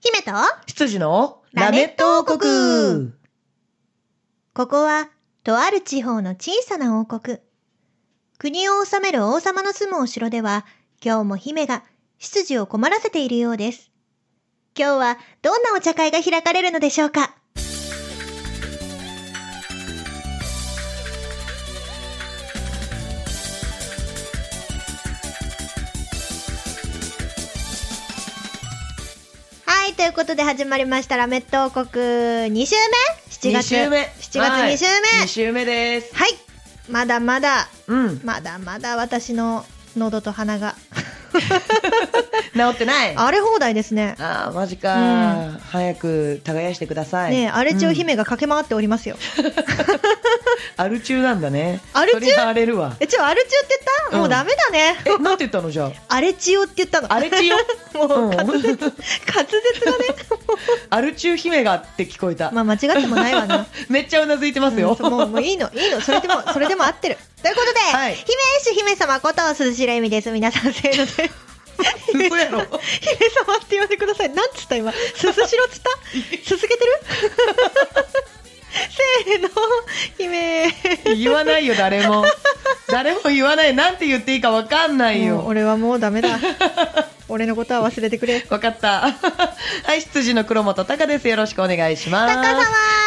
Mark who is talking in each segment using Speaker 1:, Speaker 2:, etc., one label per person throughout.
Speaker 1: 姫と、
Speaker 2: 羊の
Speaker 1: ラ
Speaker 2: ラ
Speaker 1: メ
Speaker 2: メ
Speaker 1: ッ
Speaker 2: ッ
Speaker 1: ト
Speaker 2: ト
Speaker 1: 王
Speaker 2: 王
Speaker 1: 国
Speaker 2: 国
Speaker 1: ここは、とある地方の小さな王国。国を治める王様の住むお城では、今日も姫が、執事を困らせているようです。今日は、どんなお茶会が開かれるのでしょうかはい、ということで始まりました、ラメット王国2週目 ?7
Speaker 2: 2
Speaker 1: 月。
Speaker 2: 週目
Speaker 1: 7月2週目
Speaker 2: 2週目です
Speaker 1: はい。まだまだ、
Speaker 2: うん治
Speaker 1: まだまだ私の喉と鼻が
Speaker 2: っ てないあ
Speaker 1: 荒れ放題ですね。
Speaker 2: あーマジか、早く耕してください
Speaker 1: ねえ、荒れ中
Speaker 2: うん
Speaker 1: 姫が駆け回っておりますよ。
Speaker 2: アル中なんだね
Speaker 1: アル中
Speaker 2: それが荒れるわ
Speaker 1: え、ちょ、荒れ中って言った、
Speaker 2: うん
Speaker 1: もうダメだね。
Speaker 2: えなんて言ったのじゃあ
Speaker 1: 荒れ中って言ったの。
Speaker 2: 荒れ中よ
Speaker 1: もう、
Speaker 2: うん
Speaker 1: 滑舌、滑舌 がね。
Speaker 2: アル中姫がって聞こえた、
Speaker 1: まあ、間違ってもないわな。
Speaker 2: めっちゃうなずいてますよ、
Speaker 1: うんそうもう、もういいの、いいの、それで も、それでも合ってる。ということで、
Speaker 2: はい
Speaker 1: 姫主姫様こと鈴代恵美です。皆さん、せーので。
Speaker 2: 嘘や
Speaker 1: 姫
Speaker 2: ろ
Speaker 1: 様って呼んでください。なんつった今。すすしろつった続けてる せーの、姫。
Speaker 2: 言わないよ誰も誰も言わないなんて言っていいかわかんない
Speaker 1: もう
Speaker 2: よ
Speaker 1: 俺はもうダメだ。俺のことは忘れてくれ。
Speaker 2: わかった はい羊の黒本隆ですよろしくお願いします
Speaker 1: 高様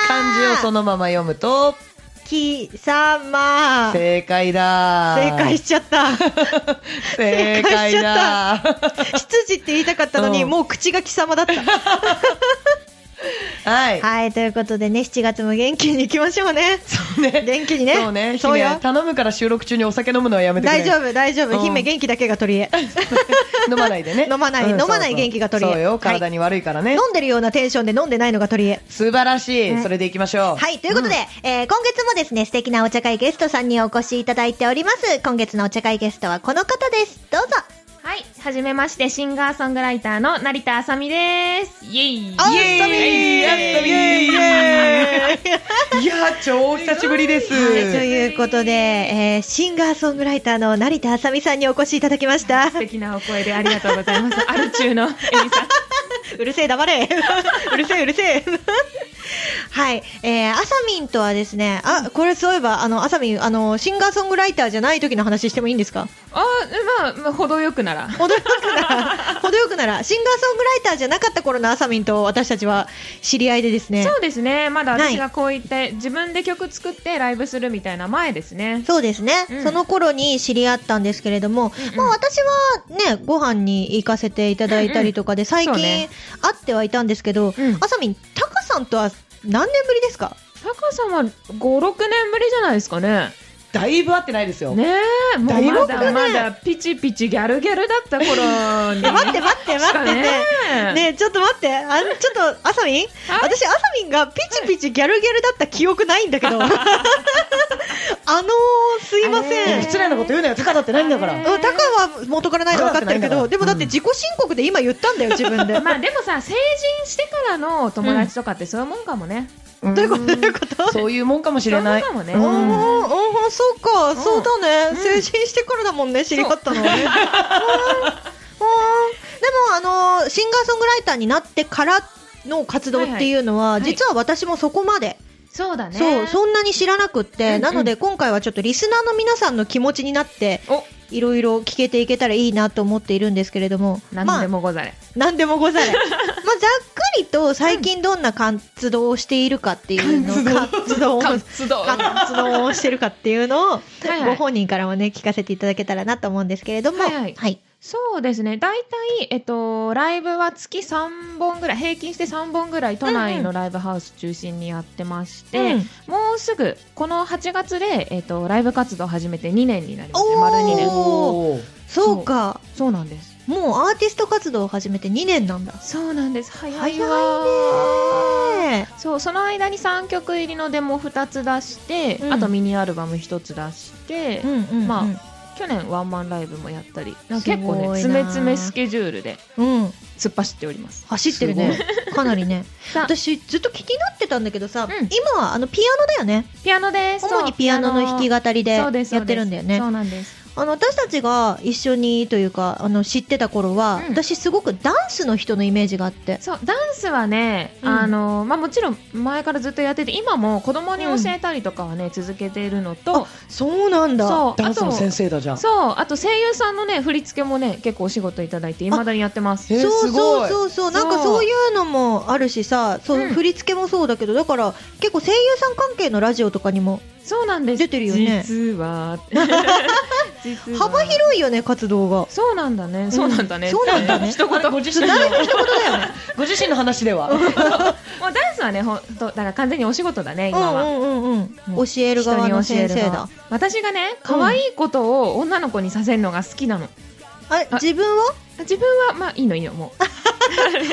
Speaker 2: 漢字をそのまま読むと
Speaker 1: 貴様正
Speaker 2: 正解だ
Speaker 1: 解しちゃった。
Speaker 2: 正解だ
Speaker 1: 執事って言いたかったのに、
Speaker 2: うん
Speaker 1: もう口が貴様だった。
Speaker 2: はい
Speaker 1: はい、ということでね、7月も元気に行きましょうね。
Speaker 2: そうね
Speaker 1: 元気にね。
Speaker 2: そうね
Speaker 1: そうよ
Speaker 2: 姫。頼むから収録中にお酒飲むのはやめてくれ
Speaker 1: 大丈夫、大丈夫。
Speaker 2: うん
Speaker 1: 姫元気だけが取り柄。
Speaker 2: 飲まないでね
Speaker 1: 飲まない
Speaker 2: うん
Speaker 1: 飲まない
Speaker 2: そうそう
Speaker 1: 元気が取り柄
Speaker 2: そうよ体に悪いからね
Speaker 1: 飲んでるようなテンションで飲んでないのが取り柄。
Speaker 2: 素晴らし
Speaker 1: うん
Speaker 2: いそれでいきましょう
Speaker 1: はい、ということで、えー今月もですね、素敵なお茶会ゲストさんにお越しいただいております。今月のお茶会ゲストはこの方です。どうぞ。
Speaker 3: はい、はじめまして、シンガーソングライターの成田あさみです。イエイ
Speaker 1: あ
Speaker 2: イエーイイエーイイエーイいやー超久しぶりです
Speaker 1: はい、ということで、えーシンガーソングライターの成田あさみさんにお越しいただきました
Speaker 3: 素。敵なお声でありがとうござい ます。アル中のエミさん。
Speaker 1: うるせえ、黙 れ。うるせえ、うるせえ。はい、えー、あさみんとはですね、あ、これそういえば、あの、あさみん、あの、シンガーソングライターじゃない時の話してもいいんですか
Speaker 3: あ、まあ、まあ、程よくなら。
Speaker 1: 程よくなら、程よくなら、シンガーソングライターじゃなかった頃のあさみんと私たちは知り合いでですね。
Speaker 3: そうですね、まだ
Speaker 1: はい
Speaker 3: 私がこういった、自分で曲作ってライブするみたいな前ですね。
Speaker 1: そうですね、
Speaker 3: うん
Speaker 1: その頃に知り合ったんですけれども、
Speaker 3: うんうん
Speaker 1: まあ私はね、ご飯に行かせていただいたりとかで、最近
Speaker 3: そ
Speaker 1: 会
Speaker 3: うね
Speaker 1: ってはいたんですけど、
Speaker 3: うん
Speaker 1: あさみん、タカさんとは何年ぶりですか
Speaker 3: タカさんは5、6年ぶりじゃないですかね。
Speaker 2: だいぶ会ってないですよ
Speaker 3: ねえ、もうま
Speaker 1: だいぶ
Speaker 3: だ
Speaker 1: ね
Speaker 3: まだピチピチギャルギャルだった頃に。
Speaker 1: え 待って待って待ってね。
Speaker 3: ね
Speaker 1: ねえちょっと待って、あのちょっと、あさみん
Speaker 3: はい
Speaker 1: 私、あさみんがピチピチギャルギャルだった記憶ないんだけ ど。あのすいま
Speaker 3: あ
Speaker 1: せ
Speaker 3: れ
Speaker 1: ん。
Speaker 2: 失礼なこと言うなよ高だってないんだから
Speaker 3: あ
Speaker 1: うんタカは元からないの分かってるけど、
Speaker 2: うん
Speaker 1: でもだって自己申告で今言ったんだよ、自分で。
Speaker 3: まあでもさ成人してからの友達とかってそういうもんかもね、
Speaker 2: ど
Speaker 1: どういうことどういうこと
Speaker 2: そういうもんかもしれない
Speaker 3: そういうもんか
Speaker 1: お
Speaker 3: も
Speaker 1: ー
Speaker 3: ね
Speaker 2: うん
Speaker 1: おーそうか、
Speaker 3: ん
Speaker 1: そうだね、
Speaker 3: うん
Speaker 1: 成人してからだもんね、知り合ったのはね。うんうんでも、あのーシンガーソングライターになってからの活動っていうのは、
Speaker 3: いはい
Speaker 1: 実は私もそこまで、
Speaker 3: そうだね
Speaker 1: そう、そんなに知らなくって、
Speaker 3: うんうん
Speaker 1: なので今回はちょっとリスナーの皆さんの気持ちになって、
Speaker 3: お
Speaker 1: いろいろ聞けていけたらいいなと思っているんですけれども、
Speaker 3: 何で
Speaker 1: まあ、
Speaker 3: もござれ、
Speaker 1: 何でもござれ。まあ、ざっくりと最近どんな活動をしているかっていうのを、活動を
Speaker 3: 活動
Speaker 1: 活動をしてるかっていうのを、
Speaker 3: いはい
Speaker 1: ご本人からもね、聞かせていただけたらなと思うんですけれども、
Speaker 3: はいはい
Speaker 1: はい。
Speaker 3: そうですね大体、えっと、ライブは月3本ぐらい平均して3本ぐらい都内のライブハウス中心にやってまして、
Speaker 1: うん
Speaker 3: もうすぐこの8月で、えっと、ライブ活動を始めて2年になりますね
Speaker 1: おー
Speaker 3: 丸2年
Speaker 1: お
Speaker 2: おー
Speaker 1: そうか、
Speaker 3: そうなんです
Speaker 1: もうアーティスト活動を始めて2年なんだ。
Speaker 3: そうなんです早いわ
Speaker 1: 早いね
Speaker 3: そうその間に3曲入りのデモ2つ出して、
Speaker 1: うん
Speaker 3: あとミニアルバム1つ出して、
Speaker 1: うんうん、うん。
Speaker 3: ま去年ワンマンライブもやったりなん
Speaker 1: すご
Speaker 3: か
Speaker 1: いな
Speaker 3: 結構ね詰め詰めスケジュールで
Speaker 1: うん。
Speaker 3: 突っ走っております
Speaker 1: 走ってるね。かなりね。
Speaker 3: さあ
Speaker 1: 私、ずっと気になってたんだけどさ、
Speaker 3: うん
Speaker 1: 今、あの、ピアノだよね。
Speaker 3: ピアノです
Speaker 1: 主にピアノの弾き
Speaker 3: が
Speaker 1: 語りでやってるんだよね。
Speaker 3: そうなんです
Speaker 1: あの私たちが一緒にというかあの知ってた頃は、
Speaker 3: うん
Speaker 1: 私すごくダンスの人のイメージがあって
Speaker 3: そうダンスはね、
Speaker 1: うん
Speaker 3: あのまあ、もちろん前からずっとやってて今も子供に教えたりとかはね、続けているのと
Speaker 1: そうなんだ
Speaker 3: そう
Speaker 2: ダ
Speaker 3: あ
Speaker 2: ンスの
Speaker 3: と
Speaker 2: 先生だじゃん。
Speaker 3: そうあと声優さんのね振り付けもね結構お仕事いただいていまだにやってます
Speaker 2: えー
Speaker 1: そうそ
Speaker 2: すご
Speaker 1: う
Speaker 2: い
Speaker 1: そうそうなんかそういうのもあるしさそう、
Speaker 3: うん
Speaker 1: 振り付けもそうだけどだから結構声優さん関係のラジオとかにも
Speaker 3: そうなんです
Speaker 1: 出てるよね
Speaker 3: 実 は実は
Speaker 1: 幅広いよね活動が
Speaker 3: そうなんだねそうなんだね、
Speaker 1: そうなんだね
Speaker 3: 一言
Speaker 2: ご自 身の
Speaker 1: だよね
Speaker 2: ご自身の話では。
Speaker 3: もうダンスはねほんとだから完全にお仕事だね
Speaker 1: う
Speaker 3: 今は、
Speaker 1: んうんうんう
Speaker 3: も
Speaker 1: ん
Speaker 3: う
Speaker 1: 教える側の先生
Speaker 3: 人に教え
Speaker 1: だ
Speaker 3: る側私がね可愛いことを女の子にさせるのが好きなの
Speaker 1: あ自分は
Speaker 3: 自分はまあいいのいいのも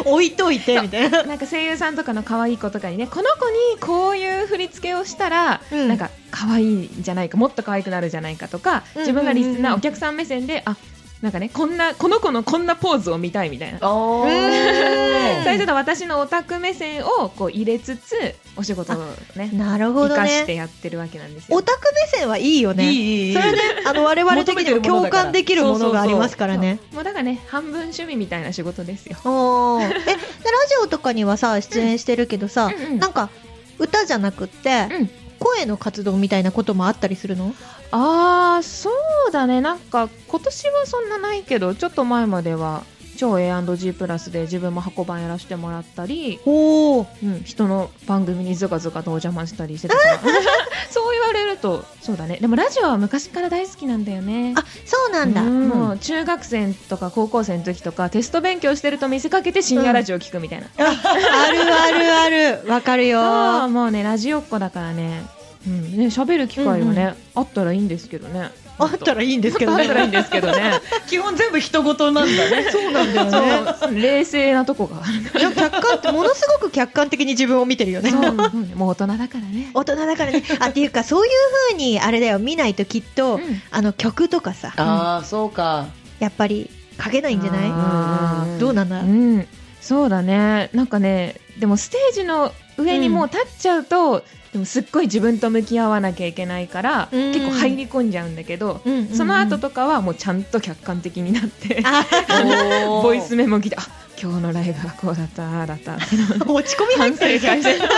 Speaker 1: 置いといてみたいな
Speaker 3: うなんか声優さんとかの可愛い子とかにねこの子にこういう振り付けをしたら、
Speaker 1: うん
Speaker 3: なんか可愛いんじゃないかもっと可愛くなるじゃないかとか
Speaker 1: うんうんうん
Speaker 3: 自分がリスナーお客さん目線であなんかねこんなこの子のこんなポーズを見たいみたいな、
Speaker 2: お
Speaker 1: ーん
Speaker 3: そういうちょっと私のオタク目線をこう入れつつお仕事をね
Speaker 1: なるほ
Speaker 3: 生
Speaker 1: ど
Speaker 3: かして
Speaker 1: ね
Speaker 3: やってるわけなんですよ
Speaker 1: オ。タク目線はいいよね
Speaker 2: いいいい。
Speaker 1: それねあの我々的にも共感できるものがありますからね
Speaker 3: そうもうだからね半分趣味みたいな仕事ですよ。
Speaker 1: お ーえでラジオとかにはさ出演してるけどさ、
Speaker 3: うんうんうん
Speaker 1: なんか歌じゃなくって、
Speaker 3: うん
Speaker 1: 声の活動みたいなこともあったりするの
Speaker 3: あーそうだねなんか今年はそんなないけどちょっと前までは超 A&G プラスで自分も箱番やらせてもらったり、
Speaker 1: おお
Speaker 3: うん、人の番組にずかずかとお邪魔したりしてたからそう言われると そうだねでもラジオは昔から大好きなんだよね
Speaker 1: あそうなんだ、
Speaker 3: うん
Speaker 1: うん
Speaker 3: もう中学生とか高校生の時とかテスト勉強してると見せかけて深夜ラジオ聞くみたいな、
Speaker 1: あるあるあるわかるよ
Speaker 3: ああもうねラジオっ子だからねうんね喋る機会はね、あったらいいんですけ どね
Speaker 1: あったらいいんですけど
Speaker 3: あっ
Speaker 1: ね
Speaker 3: たらいいんですけどね
Speaker 2: 基本全部人事なんだね。
Speaker 1: そうなんだよね
Speaker 3: そう冷静なとこがある
Speaker 1: でも客観ってものすごく客観的に自分を見てるよね
Speaker 3: もう大人だからね、
Speaker 1: 大人だからねあっていうかそういう風にあれだよ見ないときっと、あの曲とかさ
Speaker 2: ああそうか。
Speaker 1: やっぱり書けないんじゃな
Speaker 3: あ
Speaker 1: い
Speaker 2: ー
Speaker 1: どうなんだ、
Speaker 3: うん、そうだねなんかねでもステージの上にもう立っちゃうと、でもすっごい自分と向き合わなきゃいけないから、
Speaker 1: うん
Speaker 3: 結構入り込んじゃうんだけど、
Speaker 1: うんうんうん
Speaker 3: その後とかはもうちゃんと客観的になって
Speaker 1: あ
Speaker 3: ボ
Speaker 2: ボ
Speaker 3: イスメモ聞いてあ今日のライブはこうだったああだったって
Speaker 1: 落ち込み入
Speaker 3: 反
Speaker 1: っ
Speaker 3: 省
Speaker 1: てる
Speaker 3: 会して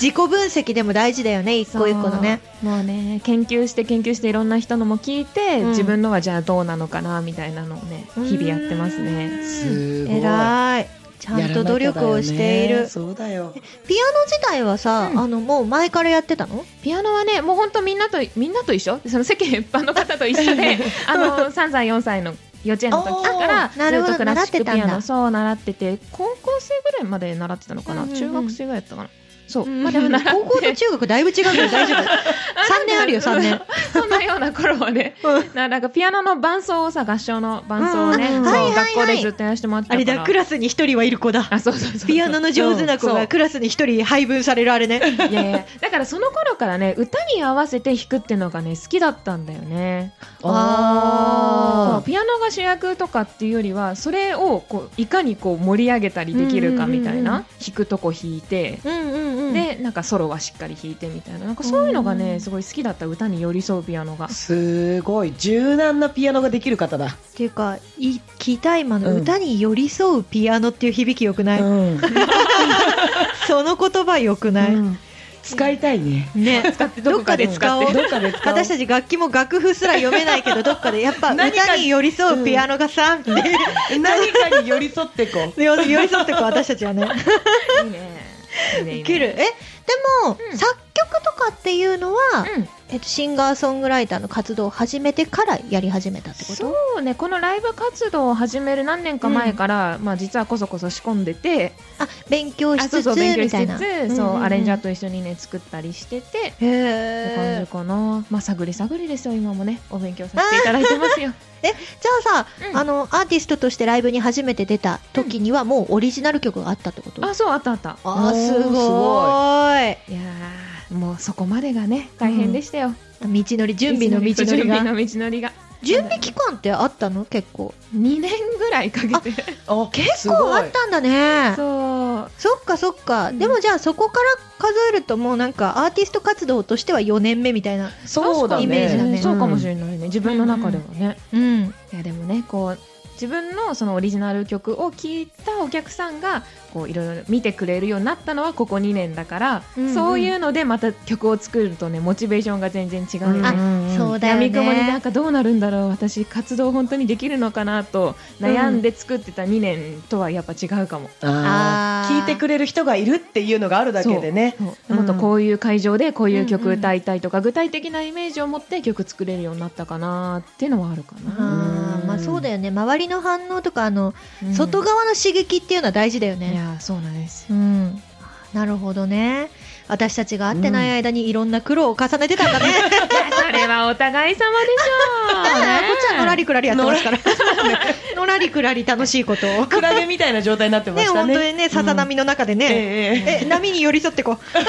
Speaker 1: 自己分析でも大事だよね一個一個のね
Speaker 3: そうもうね研究して研究していろんな人のも聞いて、
Speaker 1: うん
Speaker 3: 自分のはじゃあどうなのかなみたいなのをね日々やってますね
Speaker 2: すごい。
Speaker 1: えらいちゃんと努力をしてい
Speaker 2: やらなきゃだよ
Speaker 1: る、
Speaker 2: ねそうだよ。
Speaker 1: ピアノ自体はさ、
Speaker 3: うん
Speaker 1: あのもう前からやってたの
Speaker 3: ピアノはねもう本当みんなとみんなと一緒その世間一般の方と一緒 であの3歳4歳の幼稚園の時から
Speaker 1: おーなるほど
Speaker 3: ずっとクラ
Speaker 1: 習っ
Speaker 3: シック
Speaker 1: て
Speaker 3: ピ
Speaker 1: たん
Speaker 3: ア
Speaker 1: だ
Speaker 3: ノそう習ってて高校生ぐらいまで習ってたのかな、
Speaker 1: うんうんうん
Speaker 3: 中学生ぐらいだったかなそう、
Speaker 1: うん
Speaker 3: まあでも習って
Speaker 1: 高校と中学だいぶ違うけど大丈夫3年あるよ3年
Speaker 3: そんなような頃はね
Speaker 1: うん
Speaker 3: ななんかピアノの伴奏をさ合唱の伴奏をね、
Speaker 1: うんうん
Speaker 3: そう
Speaker 1: はいはいはい
Speaker 3: 学校でずっとやらせてもらってた
Speaker 1: あ
Speaker 3: から
Speaker 1: れだクラスに一人はいる子だ
Speaker 3: あそうそうそうそう
Speaker 1: ピアノの上手な子
Speaker 3: そ
Speaker 1: が
Speaker 3: う
Speaker 1: クラスに一人配分されるあれね
Speaker 3: いやいやだからその頃からね歌に合わせて弾くってのがね好きだったんだよねそ
Speaker 1: あ
Speaker 3: うピアノが主役とかっていうよりはそれをこういかにこう盛り上げたりできるかみたいな、
Speaker 1: うんうんうん
Speaker 3: 弾くとこ弾いて、
Speaker 1: うんうんうん
Speaker 3: でなんかソロはしっかり弾いてみたいななんかそういうのがね、すごい好きだった歌に寄り添うピアノが
Speaker 2: ー。すごい柔軟なピアノができる方だ。
Speaker 1: っていうかい聞いた今の歌に寄り添うピアノっていう響きよくない、
Speaker 2: うん。
Speaker 1: その言葉よくない、
Speaker 2: うん使いたいね。
Speaker 1: ねどっかで使おう
Speaker 2: どっかで使お う。
Speaker 1: 私たち楽器も楽譜すら読めないけどどっかでやっ ぱ
Speaker 2: 何か
Speaker 1: 歌に寄り添うピアノがさ、って
Speaker 2: 何かに寄り添ってこう。
Speaker 1: 寄り添ってこう私たち はね
Speaker 3: いいねいいねいいね
Speaker 1: いけるえでも、
Speaker 3: うん
Speaker 1: 作曲とかっていうのは、
Speaker 3: うん
Speaker 1: えっと、シンガーソングライターの活動を始めてからやり始めたってこと
Speaker 3: そうねこのライブ活動を始める何年か前から、まあ、実はこそこそ仕込んでて
Speaker 1: あ勉強し
Speaker 3: あそう
Speaker 1: つ
Speaker 3: そ
Speaker 1: つ
Speaker 3: う勉強
Speaker 1: み
Speaker 3: したつ
Speaker 1: いな
Speaker 3: つそうアレンジャー
Speaker 1: と
Speaker 3: と一緒にね作ったりしてて
Speaker 1: へ
Speaker 3: って感
Speaker 1: え
Speaker 3: じかな、まあ、探り探りですよ今もねお勉強させていただいてますよ、
Speaker 1: じゃあさ、
Speaker 3: うん
Speaker 1: あのアーティストとしてライブに初めて出た時にはもうオリジナル曲があったってこと、
Speaker 3: あそうあったあった
Speaker 1: あーす
Speaker 2: おーすごい
Speaker 1: ごーい
Speaker 3: いやーもうそこまでがね大変でしたよ、
Speaker 1: 道のり準備の道のりが
Speaker 3: 準備の道のりが
Speaker 1: 準備期間ってあったの結構
Speaker 3: 2年ぐらいかけて
Speaker 2: あ
Speaker 1: 結構 あったんだね
Speaker 3: そう
Speaker 1: そっかそっか、
Speaker 3: うん
Speaker 1: でもじゃあそこから数えるともうなんかアーティスト活動としては4年目みたいな
Speaker 2: すごいそうだね
Speaker 1: イメージだね
Speaker 3: そうかもしれないね自分の中ではね、
Speaker 1: うん
Speaker 3: いやでもねこう自分のそのオリジナル曲を聴いたお客さんがこういろいろ見てくれるようになったのはここ2年だから、
Speaker 1: うんうん
Speaker 3: そういうのでまた曲を作るとねモチベーションが全然違うよね。
Speaker 1: あそうだよね
Speaker 3: 闇雲になんかどうなるんだろう私活動本当にできるのかなと悩んで作ってた2年とはやっぱ違うかも、
Speaker 2: あー聞いてく
Speaker 1: れ
Speaker 2: れる人がいるっていうのがあるだけでねうん
Speaker 3: もっとこういう会場でこういう曲歌いたいとか、具体的なイメージを持って曲作れるようになったかなっていうのはあるかな、
Speaker 1: あーまあそうだよね周りの反応とかあの、
Speaker 3: うん
Speaker 1: 外側の刺激っていうのは大事だよ
Speaker 3: い
Speaker 1: ね
Speaker 3: やそうなんです
Speaker 1: うんなるほどね私たちが会ってない間にいろんな苦労を重ねてたんだね、
Speaker 3: それはお互い様でしょ
Speaker 1: だからこっ ちはのらりくらりやってますからのらりくらり楽しいことを
Speaker 2: クラゲみたいな状態になってま
Speaker 1: ね
Speaker 2: した
Speaker 1: 本
Speaker 2: ね
Speaker 1: 当にねさざ波の中でね、
Speaker 2: えええ
Speaker 1: え波に寄り添ってこう
Speaker 2: え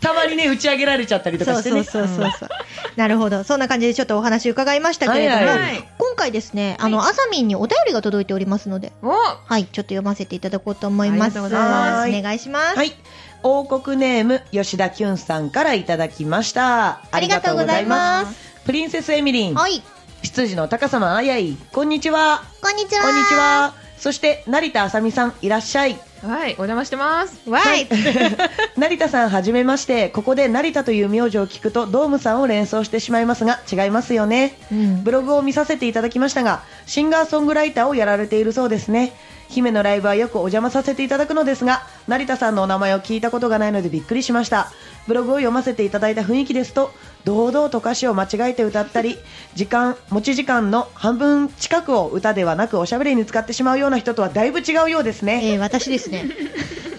Speaker 2: たまにね打ち上げられちゃったりとかしてね
Speaker 1: そうそうそうそう。なるほど。そんな感じでちょっとお話伺いましたけれども、
Speaker 2: はい
Speaker 3: はいはい
Speaker 1: 今回ですね、あの、あさみんにお便りが届いておりますので、
Speaker 3: お
Speaker 1: はい、ちょっと読ませていただこうと思います。
Speaker 3: ありがとうございます
Speaker 1: お願いします。
Speaker 2: はい王国ネーム吉田きゅんさんからいただきました
Speaker 1: ありがとうございます。
Speaker 2: プリンセスエミリン
Speaker 1: はい、
Speaker 2: 執事の高様あやいこんにちは
Speaker 1: こんにちは。
Speaker 2: こんにち。はそして成田あさみさんいらっしゃ い
Speaker 3: はいお邪魔してます
Speaker 1: わい。
Speaker 2: 成田さんはじめましてここで成田という名字を聞くとドームさんを連想してしまいますが違いますよねブログを見させていただきましたがシンガーソングライターをやられているそうですね姫のライブはよくお邪魔させていただくのですが成田さんのお名前を聞いたことがないのでびっくりしましたブログを読ませていただいた雰囲気ですと堂々と歌詞を間違えて歌ったり時間持ち時間の半分近くを歌ではなくおしゃべりに使ってしまうような人とはだいぶ違うようですね
Speaker 1: えー、私です ね。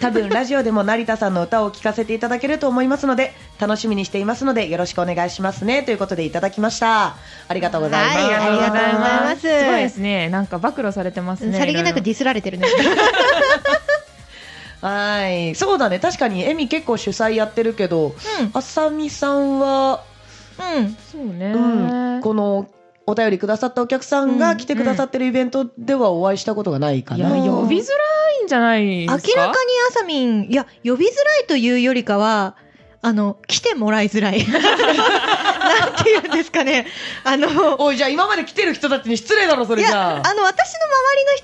Speaker 2: 多分ラジオでも成田さんの歌を聴かせていただけると思いますので楽しみにしていますのでよろしくお願いしますねということでいただきましたありがとうございます、
Speaker 1: はいありがとうございます
Speaker 3: すごいですねなんか暴露されてますね
Speaker 1: さりげなく
Speaker 3: いろい
Speaker 1: ディスられてるね。
Speaker 2: はいそうだね確かにエミ結構主催やってるけどあさみさん
Speaker 1: う
Speaker 2: は、
Speaker 1: ん。うん。
Speaker 3: ろそうね、
Speaker 2: うん、このお便りくださったお客さん
Speaker 1: う
Speaker 2: が
Speaker 1: ん
Speaker 2: 来てくださってるイベントではお会いしたことがないか
Speaker 3: い
Speaker 2: な、
Speaker 3: や
Speaker 1: うん
Speaker 3: 呼びづらいんじゃない
Speaker 1: 明
Speaker 3: で
Speaker 1: ら
Speaker 3: す
Speaker 1: かに
Speaker 3: か
Speaker 1: あさみん、いや、呼びづらいというよりかは、あの、来てもらいづらい。 なんて言うんですかね。あの、
Speaker 2: おいじゃあ今まで来てる人たちに失礼だろそ
Speaker 1: い
Speaker 2: れじ
Speaker 1: や、あ
Speaker 2: ゃ
Speaker 1: の、
Speaker 2: あ
Speaker 1: 私の周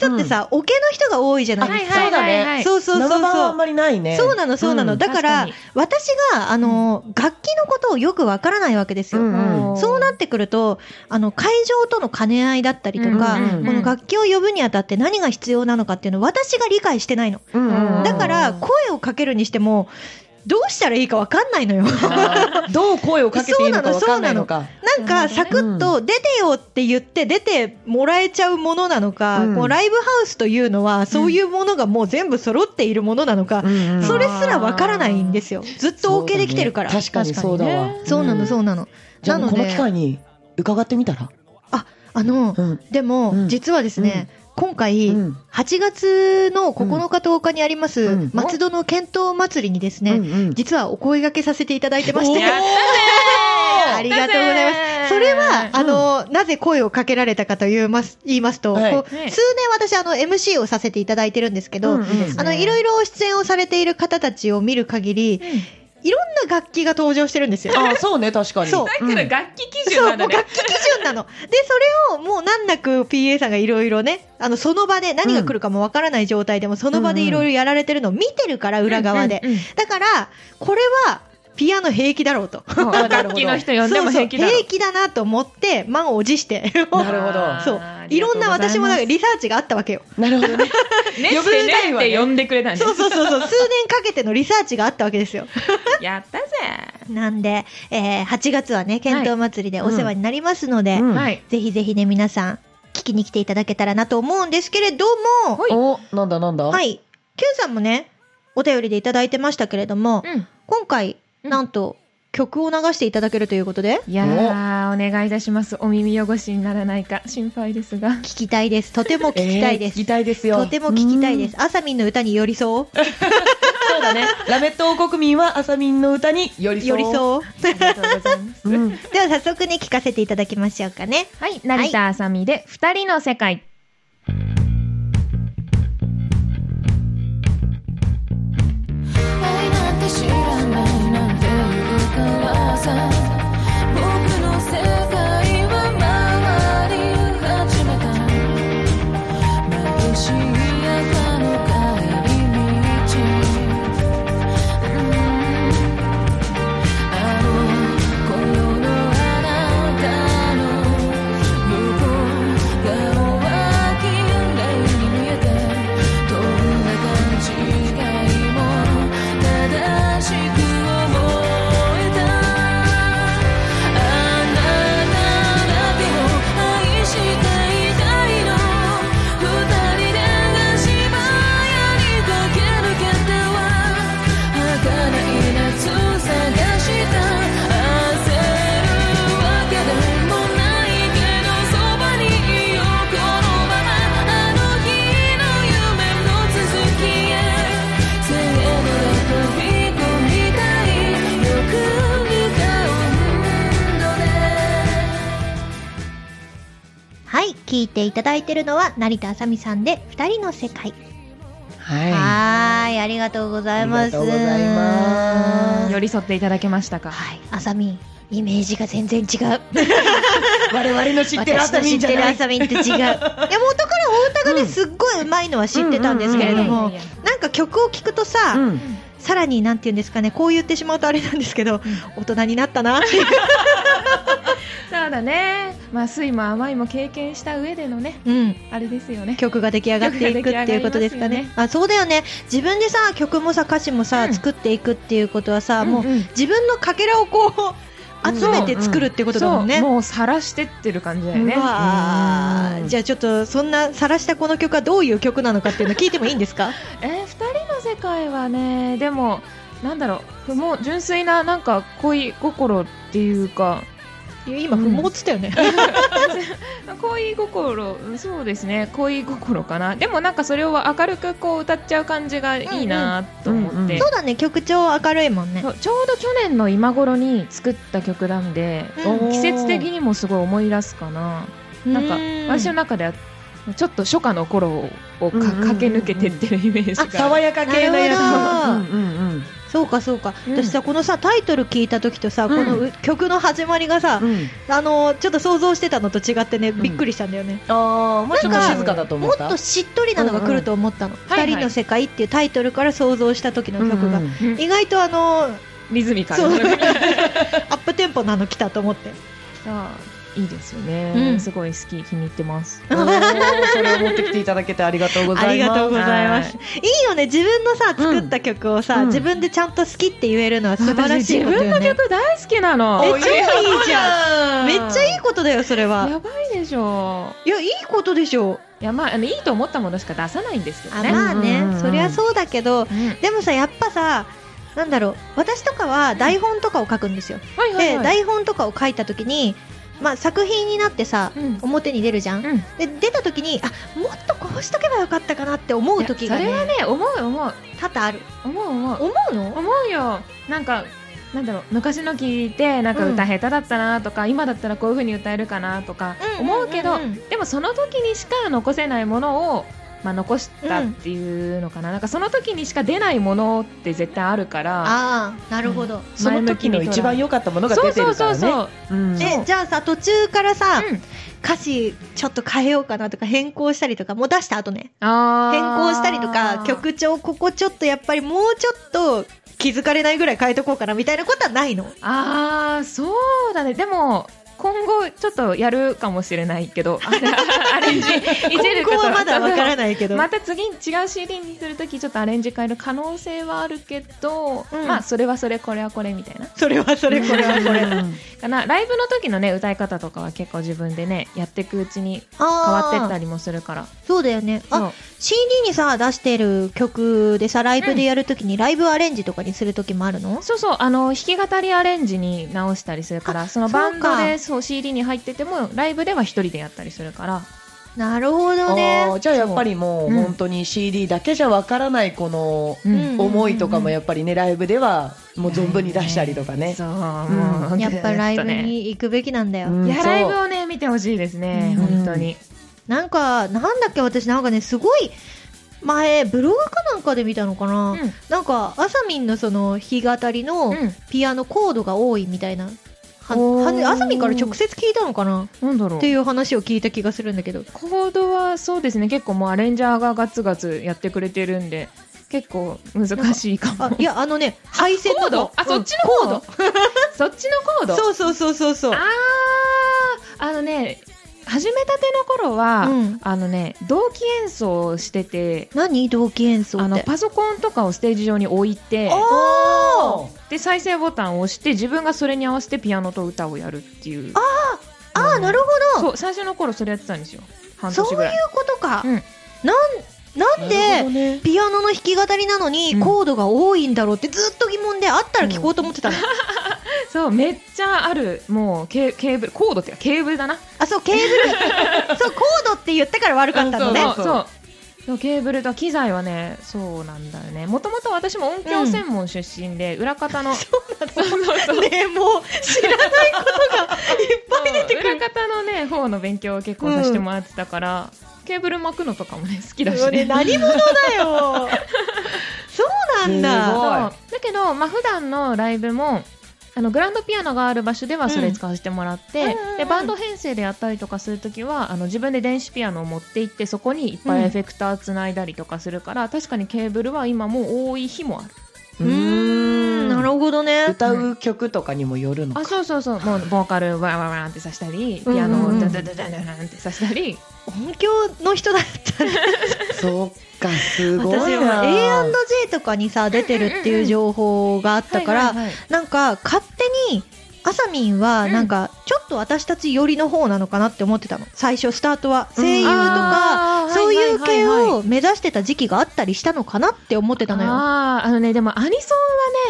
Speaker 1: りの人ってさ、オケの人が多いじゃないですか。
Speaker 2: そうだね
Speaker 1: そうそうそう
Speaker 2: 生場はあ
Speaker 1: そ
Speaker 2: ん
Speaker 1: う。
Speaker 2: まりないね
Speaker 1: そうなの、そうなの。
Speaker 2: うん
Speaker 1: だから
Speaker 3: 確、
Speaker 1: 私が、あの、楽器のことをよくわからないわけですよ。
Speaker 2: うんうん
Speaker 1: そうなってくると、あの、会場との兼ね合いだったりとか、
Speaker 2: うんうんうん
Speaker 1: この楽器を呼ぶにあたって何が必要なのかっていうのを私が理解してないの。
Speaker 2: うんうんうん
Speaker 1: だから、声をかけるにしても、どうしたらいいかわかんないの よ。
Speaker 2: あーどう声をかけていいのかわかんないのか
Speaker 1: なんか
Speaker 3: な
Speaker 1: サ
Speaker 3: る
Speaker 1: ク
Speaker 2: ほどね
Speaker 1: ッと出てよって言って出てもらえちゃうものなのか、
Speaker 2: うん
Speaker 1: こうライブハウスというのはそういうものがもう全部揃っているものなのか、
Speaker 2: うんうん
Speaker 1: それすらわからないんですよずっと OK できてるから
Speaker 2: そうだね確かにそうだわ、
Speaker 3: 確かにね
Speaker 1: そうなの
Speaker 2: う
Speaker 1: そ
Speaker 2: ん
Speaker 1: うなの、
Speaker 2: じゃあ
Speaker 1: なので
Speaker 2: この機会に伺ってみたら
Speaker 1: あの
Speaker 2: うん
Speaker 1: でも、
Speaker 2: うん
Speaker 1: 実はですね、今回、
Speaker 2: うん
Speaker 1: 8月の9日10日にあります、
Speaker 2: うん
Speaker 1: 松戸の遣唐祭りにですね、
Speaker 2: うんうん
Speaker 1: 実はお声掛けさせていただいてまして
Speaker 2: おー
Speaker 1: ありがとうございます。それは、あの、なぜ声をかけられたかと言います、言いますと、
Speaker 2: はい
Speaker 1: こう数
Speaker 3: は
Speaker 1: 年
Speaker 3: い
Speaker 1: 私、あの、MC をさせていただいてるんですけど、
Speaker 2: うんうん
Speaker 1: あの、いろいろ出演をされている方たちを見る限り、いろんな楽器が登場してるんですよ。
Speaker 2: あそうね確かに
Speaker 1: そう
Speaker 3: だから楽器基準
Speaker 1: そ
Speaker 3: な
Speaker 1: う、も
Speaker 3: んだ
Speaker 1: う
Speaker 3: ね
Speaker 1: 楽器基準なの。で、それをもう難なく PA さんがいろいろね、あの、その場で何が来るかもわからない状態でも、その場でいろいろやられてるのを見てるから、裏側で。
Speaker 3: うんうんうん
Speaker 1: だから、これは、ピアノ平気だろうと。
Speaker 3: そう楽器の人呼んでも平気だろ
Speaker 1: そうそう平気だなと思って満を持して
Speaker 2: なるほど
Speaker 1: そう
Speaker 3: あー
Speaker 1: いろんな私もなんか
Speaker 3: ね
Speaker 1: リサーチがあったわけよ
Speaker 2: なるほどね
Speaker 3: ね
Speaker 2: 呼ぶ
Speaker 3: って
Speaker 2: 台
Speaker 3: ね
Speaker 2: は
Speaker 3: っ
Speaker 2: ね
Speaker 3: て呼んでくれたんで
Speaker 1: そうそうそうそう数年かけてのリサーチがあったわけですよ
Speaker 3: やったぜ
Speaker 1: なんで、えー8月はね検討祭りでお世話になりますので、
Speaker 2: うん
Speaker 3: はい
Speaker 1: ぜひぜひね皆さん聞きに来ていただけたらなと思うんですけれども
Speaker 3: ほい
Speaker 2: おなんだなんだ
Speaker 1: はいい Q さんもねお便りでいただいてましたけれども、
Speaker 3: うん
Speaker 1: 今回
Speaker 3: うん
Speaker 1: なんと曲を流していただけるということで
Speaker 3: いやーお願いいたしますお耳汚しにならないか心配ですが
Speaker 1: 聞きたいですとても聞きたいです、
Speaker 2: 聞きたいですよ
Speaker 1: とても聞きたいです。あさみんの歌に寄り添おう。
Speaker 2: そう
Speaker 3: だね。
Speaker 2: ラメット王国民はあさみんの歌に寄り
Speaker 1: 寄
Speaker 2: 添う。
Speaker 1: り添おう。
Speaker 3: ありがとうございます。
Speaker 2: うん。
Speaker 1: では早速ね、聞かせていただきましょうかね。
Speaker 3: はい、成田あさみで二人の世界。
Speaker 4: 愛なんて知らないなんて言うからさ僕の世界は回り始めた眩しい朝の帰り道あの頃のあなたの向こう側は綺麗に見えてどんな勘違いも正しく思えたあの時のあなただけを愛していたいの二人で芝居に駆け抜けては儚い夏探した焦るわけでもないけどそばにいようこのままあの日の夢の続きへ「せーので飛び込みたい」「よく似た女のね」
Speaker 1: はい、聞いていただいてるのは成田あさみさんで二人の世界。
Speaker 2: は
Speaker 1: はーい、ありがとうございます。
Speaker 2: ありがとうございます
Speaker 3: 寄り添っていただけましたか。
Speaker 1: はい、あさみん、イメージが全然違う。
Speaker 2: い。我々の知ってるあ
Speaker 1: 私
Speaker 2: さ
Speaker 1: の
Speaker 2: み
Speaker 1: 知
Speaker 2: ん
Speaker 1: っ
Speaker 2: じゃ
Speaker 1: てる
Speaker 2: な
Speaker 1: あ
Speaker 2: い。
Speaker 1: さみんって違 う。いや、元からお歌がね、
Speaker 2: うん
Speaker 1: すっごい上手いのは知ってたんですけれど
Speaker 3: うんうんう
Speaker 1: も
Speaker 3: んいやいやい、
Speaker 1: なんか曲を聴くとさ、
Speaker 2: うん。
Speaker 1: さらになんて言うんですかね、こう言ってしまうとあれなんですけど、大人になったなっていう。
Speaker 3: そうだね。まあ酸いも甘いも経験した上でのね、
Speaker 1: うん。
Speaker 3: あれですよね。
Speaker 1: 曲が出来上がっていくっていうことですかね。
Speaker 3: 曲が出来上がります
Speaker 1: あ、そうだよね。自分でさ、曲もさ、歌詞もさ、
Speaker 3: うん
Speaker 1: 作っていくっていうことはさ、もう
Speaker 3: うんうん
Speaker 1: 自分のかけらをこう、
Speaker 2: うん
Speaker 1: 集めて作るってことだもんね。
Speaker 3: そうもう晒してってる感じだよね
Speaker 1: う。わー
Speaker 2: うん
Speaker 1: じゃあちょっとそんな晒したこの曲はどういう曲なのかっていうの聞いてもいいんですか
Speaker 3: えー、二人の世界はねでもなんだろうもう純粋ななんか恋心っていうか
Speaker 1: いや今
Speaker 3: うん
Speaker 1: 不毛っつったよね、
Speaker 3: 恋心うんそうですね恋心かなでもなんかそれを明るくこう歌っちゃう感じがいいなと思って、
Speaker 2: うんうんうんうん
Speaker 1: そうだね曲調は明るいもんね
Speaker 3: そうちょうど去年の今頃に作った曲なんで、
Speaker 1: うん
Speaker 3: 季節的にもすごい思い出すかななんか
Speaker 1: うーん
Speaker 3: 私の中ではちょっと初夏の頃をか
Speaker 2: うんうんうんうん
Speaker 3: 駆け抜けてってるイメージが、
Speaker 2: 爽やか系のやつ。
Speaker 1: なる
Speaker 2: うんうん
Speaker 1: そうかそうか、
Speaker 3: うん
Speaker 1: 私さこのさタイトル聞いた時とさ、このう曲の始まりがさ、
Speaker 2: うん。
Speaker 1: あのちょっと想像してたのと違ってね
Speaker 2: ん
Speaker 1: びっくりしたんだよね、
Speaker 2: ああ、もうちょっ
Speaker 1: な
Speaker 2: と
Speaker 1: んか
Speaker 2: 静かだと思
Speaker 1: もっ
Speaker 2: った。
Speaker 1: としっとりなのが来ると思ったの「
Speaker 3: はいは
Speaker 1: 二
Speaker 3: い
Speaker 1: 人の世界」っていうタイトルから想像した時の曲が、
Speaker 2: うんうん
Speaker 3: うん
Speaker 1: 意外とあの
Speaker 3: リズミカル
Speaker 1: そう ア
Speaker 3: な
Speaker 1: ップテンポなの来たと思って
Speaker 3: そういいですよね、
Speaker 1: うん
Speaker 3: すごい好き気に入ってます
Speaker 2: おーそれを持ってきていただけてありがとうございます。
Speaker 1: ありがとうございます。いいよね、自分のさ、
Speaker 2: うん
Speaker 1: 作った曲をさ、
Speaker 2: うん
Speaker 1: 自分でちゃんと好きって言えるのは素晴らしい
Speaker 3: 私
Speaker 1: こと
Speaker 3: 自分
Speaker 1: よ
Speaker 3: の
Speaker 1: ね。
Speaker 3: 曲大好きなの
Speaker 1: え超い
Speaker 2: お
Speaker 1: いじ
Speaker 2: ゃ
Speaker 1: めっちゃい
Speaker 2: い。
Speaker 1: いことだよ、それは。
Speaker 3: やばいでしょ
Speaker 1: いや、いいことでしょう。
Speaker 3: いやまああのいいと思ったものしか出さないんですけど
Speaker 1: あ、
Speaker 3: ね、
Speaker 1: まあ
Speaker 2: うんうんう
Speaker 1: ね、
Speaker 2: ん
Speaker 1: そりゃそうだけど、
Speaker 3: うん
Speaker 1: でもさ、やっぱさ、なんだろう、私とかは台本とかを書くんですよ。
Speaker 3: はいはい
Speaker 1: で、
Speaker 3: はい
Speaker 1: 台本とかを書いた時に、まあ作品になってさ、
Speaker 3: うん
Speaker 1: 表に出るじゃん。
Speaker 3: うん
Speaker 1: で、出た時に、あ、もっとこうしとけばよかったかなって思う時が
Speaker 3: いやそれは
Speaker 1: ね、
Speaker 3: ね思う思う
Speaker 1: 多々ある。
Speaker 3: 思う思う
Speaker 1: 思うの
Speaker 3: 思うよなんかなんだろう昔の聞いてなんか歌下手だったなとか、今だったらこういう風に歌えるかなとか思うけど、
Speaker 1: んんんん
Speaker 3: でもその時にしか残せないものを、まあ、残したっていうのかな,、なんかその時にしか出ないものって絶対あるから
Speaker 1: ああなるほど、
Speaker 2: その時の一番良かったものが
Speaker 3: そう
Speaker 2: 出て
Speaker 3: そ
Speaker 2: る
Speaker 3: う
Speaker 2: か
Speaker 3: そ
Speaker 2: ら
Speaker 3: う
Speaker 2: ね。
Speaker 3: そう
Speaker 2: うん
Speaker 1: えじゃあさ途中からさ、
Speaker 3: うん
Speaker 1: 歌詞ちょっと変えようかなとか変更したりとかもう出した後ね
Speaker 3: あー
Speaker 1: 変更したりとか曲調ここちょっとやっぱりもうちょっと気づかれないぐらい変えとこうかなみたいなことはないの
Speaker 3: ああそうだねでも今後ちょっとやるかもしれない けどアレンジいじる
Speaker 1: 今
Speaker 3: こ
Speaker 1: 後
Speaker 3: と
Speaker 1: はまだわから
Speaker 3: い
Speaker 1: ないけど、
Speaker 3: また次に違う CD にするときちょっとアレンジ変える可能性はあるけど、
Speaker 1: うん
Speaker 3: まあそれはそれこれはこれみたいな
Speaker 1: それはそれこれはこれ
Speaker 2: うん
Speaker 3: かなライブの時のね歌い方とかは結構自分でねやっていくうちに変わってった
Speaker 1: り
Speaker 3: りもするから
Speaker 1: そうだよね
Speaker 3: そ
Speaker 1: あ
Speaker 3: う
Speaker 1: CD にさ出してる曲でさライブでやるときにライブアレンジとかにするときもあるの、
Speaker 3: そうそうあの弾き語りアレンジに直したりするからそのバンド
Speaker 1: そう
Speaker 3: で
Speaker 1: か
Speaker 3: そう CD に入っててもライブでは一人でやったりするから
Speaker 1: なるほどね
Speaker 2: あーじゃあやっぱりもう
Speaker 1: そううん
Speaker 2: 本当に CD だけじゃわからないこの
Speaker 3: うん
Speaker 1: うん
Speaker 2: 思いとかもやっぱりねライブではもう存分に出したりとかね
Speaker 3: そう、
Speaker 2: ん
Speaker 1: やっぱライブ
Speaker 3: ずっとね
Speaker 1: に行くべきなんだよ、
Speaker 2: うん
Speaker 3: いや
Speaker 2: そう
Speaker 3: ライブをね見てほしいですね、
Speaker 1: うん
Speaker 3: 本当に
Speaker 1: なんかなんだっけ私なんかねすごい前ブログかなんかで見たのかな、
Speaker 3: うん
Speaker 1: なんかあさみんのその弾き語りの
Speaker 3: うん
Speaker 1: ピアノコードが多いみたいな、は
Speaker 3: おー
Speaker 1: はあさみんから直接聞いたのかな
Speaker 3: なんだろう
Speaker 1: っていう話を聞いた気がするんだけど
Speaker 3: コードはそうですね結構もうアレンジャーがガツガツやってくれてるんで結構難しいかも
Speaker 1: あいやあのね配線
Speaker 3: コードあそっちのコード、 そっちのコード
Speaker 1: そうそうそうそうそう
Speaker 3: あーあのね始めたての頃は、
Speaker 1: うん
Speaker 3: あのね同期演奏をしてて
Speaker 1: 何同期演奏
Speaker 3: あ
Speaker 1: っ
Speaker 3: の
Speaker 1: て
Speaker 3: パソコンとかをステージ上に置いて
Speaker 1: あ
Speaker 3: で再生ボタンを押して自分がそれに合わせてピアノと歌をやるっていう
Speaker 1: ああーなるほど
Speaker 3: そう最初の頃それやってたんですよ半
Speaker 1: そう
Speaker 3: 年ぐらい
Speaker 1: いうことか、
Speaker 3: うん
Speaker 1: なんなん
Speaker 2: なるほ
Speaker 1: で
Speaker 2: どね
Speaker 1: ピアノの弾き語りなのに
Speaker 3: うん
Speaker 1: コードが多いんだろうってずっと疑問であったら聞こうと思ってたの、
Speaker 3: そうめっちゃあるもうケーケーブルコードっていうかケーブルだな
Speaker 1: あそうケーブ ルそうコードって言ったから悪かったのね、
Speaker 2: うん
Speaker 3: そうそうそうケーブルと機材はねそうなんだよねもともと私も音響専門出身で、裏方のそうそうそう
Speaker 1: ねえもう知らないことがいっぱい出てく
Speaker 3: 裏
Speaker 1: る
Speaker 3: 方のね方の勉強を結構させてもらってたから、ケーブル巻くのとかもね好きだし
Speaker 1: それ
Speaker 3: ね
Speaker 1: 何者だよそうなん
Speaker 2: す
Speaker 1: だ
Speaker 2: ごい
Speaker 3: そうだけど、まあ普段のライブもあのグランドピアノがある場所ではそれ使わせてもらって、
Speaker 1: うんうんうん
Speaker 3: でバンド編成でやったりとかするときはあの自分で電子ピアノを持って行ってそこにいっぱいエフェクターつないだりとかするから、確かにケーブルは今もう多い日もある
Speaker 1: うーんなるほどね
Speaker 2: 歌う曲とかにもよるのか
Speaker 3: あそうそうそうもうボーカルわわわんってさしたりピアノをダダダダダダンってさしたり、
Speaker 1: 音響の人だったら
Speaker 2: そっかすご
Speaker 1: 私
Speaker 2: い
Speaker 1: は
Speaker 2: な
Speaker 1: A&J とかにさ出てるっていう情報があったから、
Speaker 3: はいはいはい
Speaker 1: なんか勝手にあさみんは
Speaker 3: うん
Speaker 1: なんかちょっと私たち寄りの方なのかなって思ってたの最初スタートは声優とか、
Speaker 3: あー
Speaker 1: そういう系
Speaker 3: はいはいはいはい
Speaker 1: を目指してた時期があったりしたのかなって思ってたのよ。
Speaker 3: あーあのねでもアニソ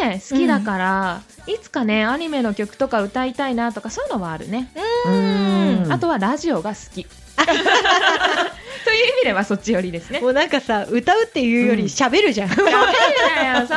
Speaker 3: ンはね好きだから、いつかねアニメの曲とか歌いたいなとかそういうのはあるね、
Speaker 2: うん
Speaker 3: あとはラジオが好きという意味ではそっち寄りです ね
Speaker 1: もうなんかさ歌うっていうより
Speaker 3: うん
Speaker 1: 喋るじゃん。
Speaker 3: 食べるなよそう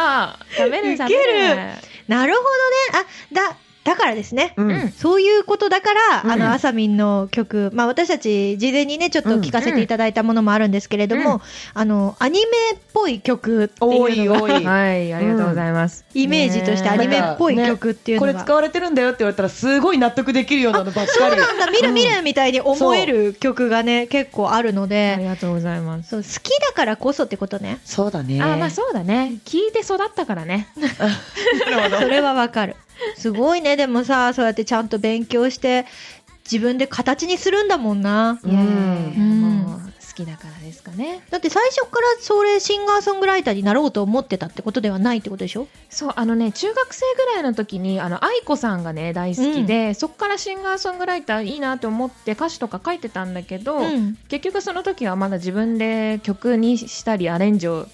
Speaker 3: 食べる食べる
Speaker 1: なるほどね。あだだからですね。
Speaker 2: うん
Speaker 3: うん
Speaker 1: そういうことだから、
Speaker 2: うん
Speaker 1: あの、あさみんの曲、まあ私たち事前にね、ちょっと聞かせていただいたものもあるんですけれども、
Speaker 3: うん
Speaker 1: あの、アニメっぽい曲って
Speaker 2: 多
Speaker 1: いう
Speaker 2: い
Speaker 1: のが、
Speaker 2: 多い
Speaker 3: はいありがとうございます、
Speaker 1: イメージとしてアニメっぽい曲っていう
Speaker 2: こ
Speaker 1: の
Speaker 2: れ
Speaker 1: が。
Speaker 2: 使われてるんだよって言われたらすごい納得できるようなのばっか り
Speaker 1: なんだ見る見るみたいに思える曲がね、結構あるの
Speaker 3: あり
Speaker 1: で、
Speaker 3: がとうございます
Speaker 1: そう、好きだからこそってことね。
Speaker 2: そうだね
Speaker 3: あーまあそうだね聞いて育ったからね
Speaker 1: それはわかる。すごいね、でもさ、そうやってちゃんと勉強して、自分で形にするんだもんな。
Speaker 2: うん
Speaker 1: うん
Speaker 3: もう好きだからですかね
Speaker 1: だって最初からそれシンガーソングライターになろうと思ってたってことではないってことでしょ
Speaker 3: そうあのね中学生ぐらいの時にあの愛子さんがね大好きで、そこからシンガーソングライターいいなと思って歌詞とか書いてたんだけど、
Speaker 1: ん、
Speaker 3: 結局その時はまだ自分で曲にしたりアレンジを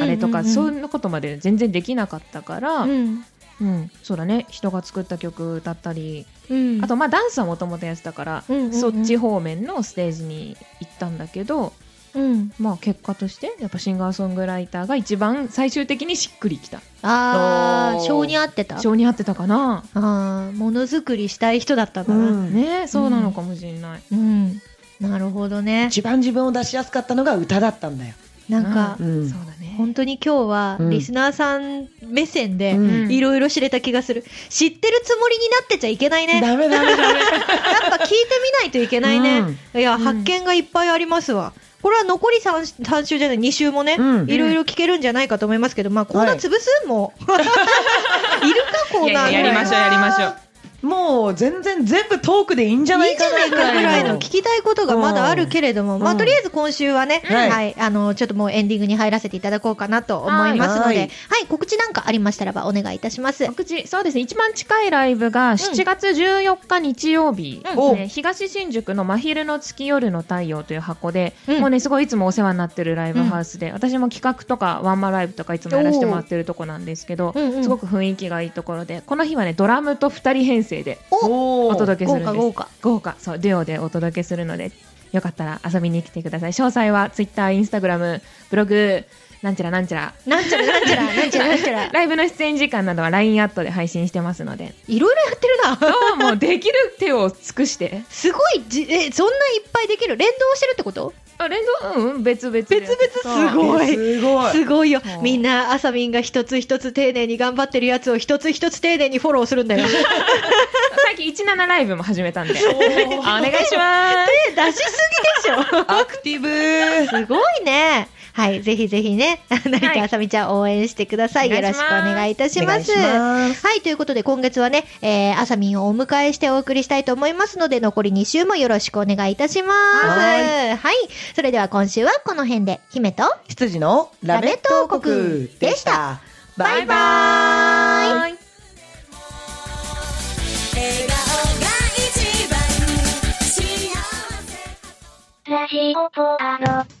Speaker 3: あれとか、
Speaker 1: うんうんうん
Speaker 3: そういうのことまで全然できなかったから、
Speaker 1: う
Speaker 3: うん
Speaker 1: ん
Speaker 3: そうだね人が作った曲歌ったり、
Speaker 1: うん、
Speaker 3: あとまあダンスはもともとやってたから、
Speaker 1: うんうんうん
Speaker 3: そっち方面のステージに行ったんだけど、
Speaker 1: うん、
Speaker 3: まあ、結果としてやっぱシンガーソングライターが一番最終的にしっくりきた
Speaker 1: ああ
Speaker 2: おー
Speaker 1: 性に合ってたあ
Speaker 3: 性に合ってたかな。
Speaker 1: あーものづくりしたい人だったんだ
Speaker 2: う
Speaker 1: な、
Speaker 2: ん
Speaker 3: ねそうなのかもしれない、
Speaker 1: うんなるほどね
Speaker 2: 一番自分を出しやすかったのが歌だったんだよ
Speaker 1: なんか、
Speaker 2: うん
Speaker 3: そうだね
Speaker 1: 本当に今日は
Speaker 2: うん
Speaker 1: リスナーさん目線で
Speaker 2: うん
Speaker 1: いろいろ知れた気がする、知ってるつもりになってちゃいけないねやっ
Speaker 2: ダメダメダメ
Speaker 1: ぱ聞いてみないといけないね、いや
Speaker 3: うん
Speaker 1: 発見がいっぱいありますわこれは残り 3, 三週じゃない2週もね、
Speaker 2: うん
Speaker 1: いろいろ聞けるんじゃないかと思いますけど、まあコーナー潰す もういるかコーナー
Speaker 2: いやいややりましょう
Speaker 3: やりましょう
Speaker 2: もう全然全部トークでいいんじゃないい
Speaker 1: いじゃ
Speaker 2: か
Speaker 1: ないか
Speaker 2: な
Speaker 1: ぐらいの聞きたいことがまだあるけれども、
Speaker 2: うん
Speaker 1: まあとりあえず今週はね、
Speaker 2: うん
Speaker 1: はい、あの、ちょっともうエンディングに入らせていただこうかなと思いますので、は
Speaker 2: はいい、
Speaker 1: 告知なんかありましたらばお願いいたします。
Speaker 3: 告知そうですね一番近いライブが7月14日日曜日、
Speaker 2: うん
Speaker 3: ね東新宿の「真昼の月夜の太陽」という箱で、
Speaker 1: うん
Speaker 3: もうねすごいいつもお世話になってるライブハウスで、私も企画とかワンマンライブとかいつもやらせてもらってるとこなんですけど、
Speaker 1: うんうん
Speaker 3: すごく雰囲気がいいところでこの日はねドラムと2人編成で
Speaker 2: お
Speaker 3: お届けす
Speaker 1: 豪
Speaker 3: るんで
Speaker 1: 華
Speaker 3: す
Speaker 1: 豪華。
Speaker 3: 豪華そうデュオでお届けするのでよかったら遊びに来てください詳細はツイッターインスタグラムブログなんちゃらなんちゃら
Speaker 1: なんちゃらなんちゃらなんちゃらなんちゃら。
Speaker 3: ライブの出演時間などは LINE アットで配信してますので
Speaker 1: いろいろやってるな。
Speaker 3: どうもできる手を尽くして
Speaker 1: すごいじ、え、そんないっぱいできる。連動してるってこと
Speaker 3: あ連動うんうん別々で
Speaker 1: 別々すごい。
Speaker 2: すごい
Speaker 1: すごいよ
Speaker 3: そう。
Speaker 1: みんな、あさみんが一つ一つ丁寧に頑張ってるやつを一つ一つ丁寧にフォローするん だよ。
Speaker 3: 最近17ライブも始めたんで お願いします
Speaker 1: 手出しすぎでしょ。
Speaker 2: アクティ ブ
Speaker 1: すごいね。はい、ぜひぜひね、成
Speaker 3: はい
Speaker 1: 田あさみちゃん応援してください。
Speaker 3: お
Speaker 1: よろ
Speaker 3: 願い
Speaker 1: し
Speaker 3: し
Speaker 1: くお
Speaker 3: ます
Speaker 1: 願いいたします。
Speaker 2: お願いします
Speaker 1: はい、ということで今月はね、えー、あさみんをお迎えしてお送りしたいと思いますので、残り2週もよろしくお願いいたします。
Speaker 2: は
Speaker 1: はい。それでは今週はこの辺で、姫と、
Speaker 2: 羊のラメット王国でした。バイバイ
Speaker 3: バイ
Speaker 4: 笑顔が一番幸せ
Speaker 5: ラジオポアド。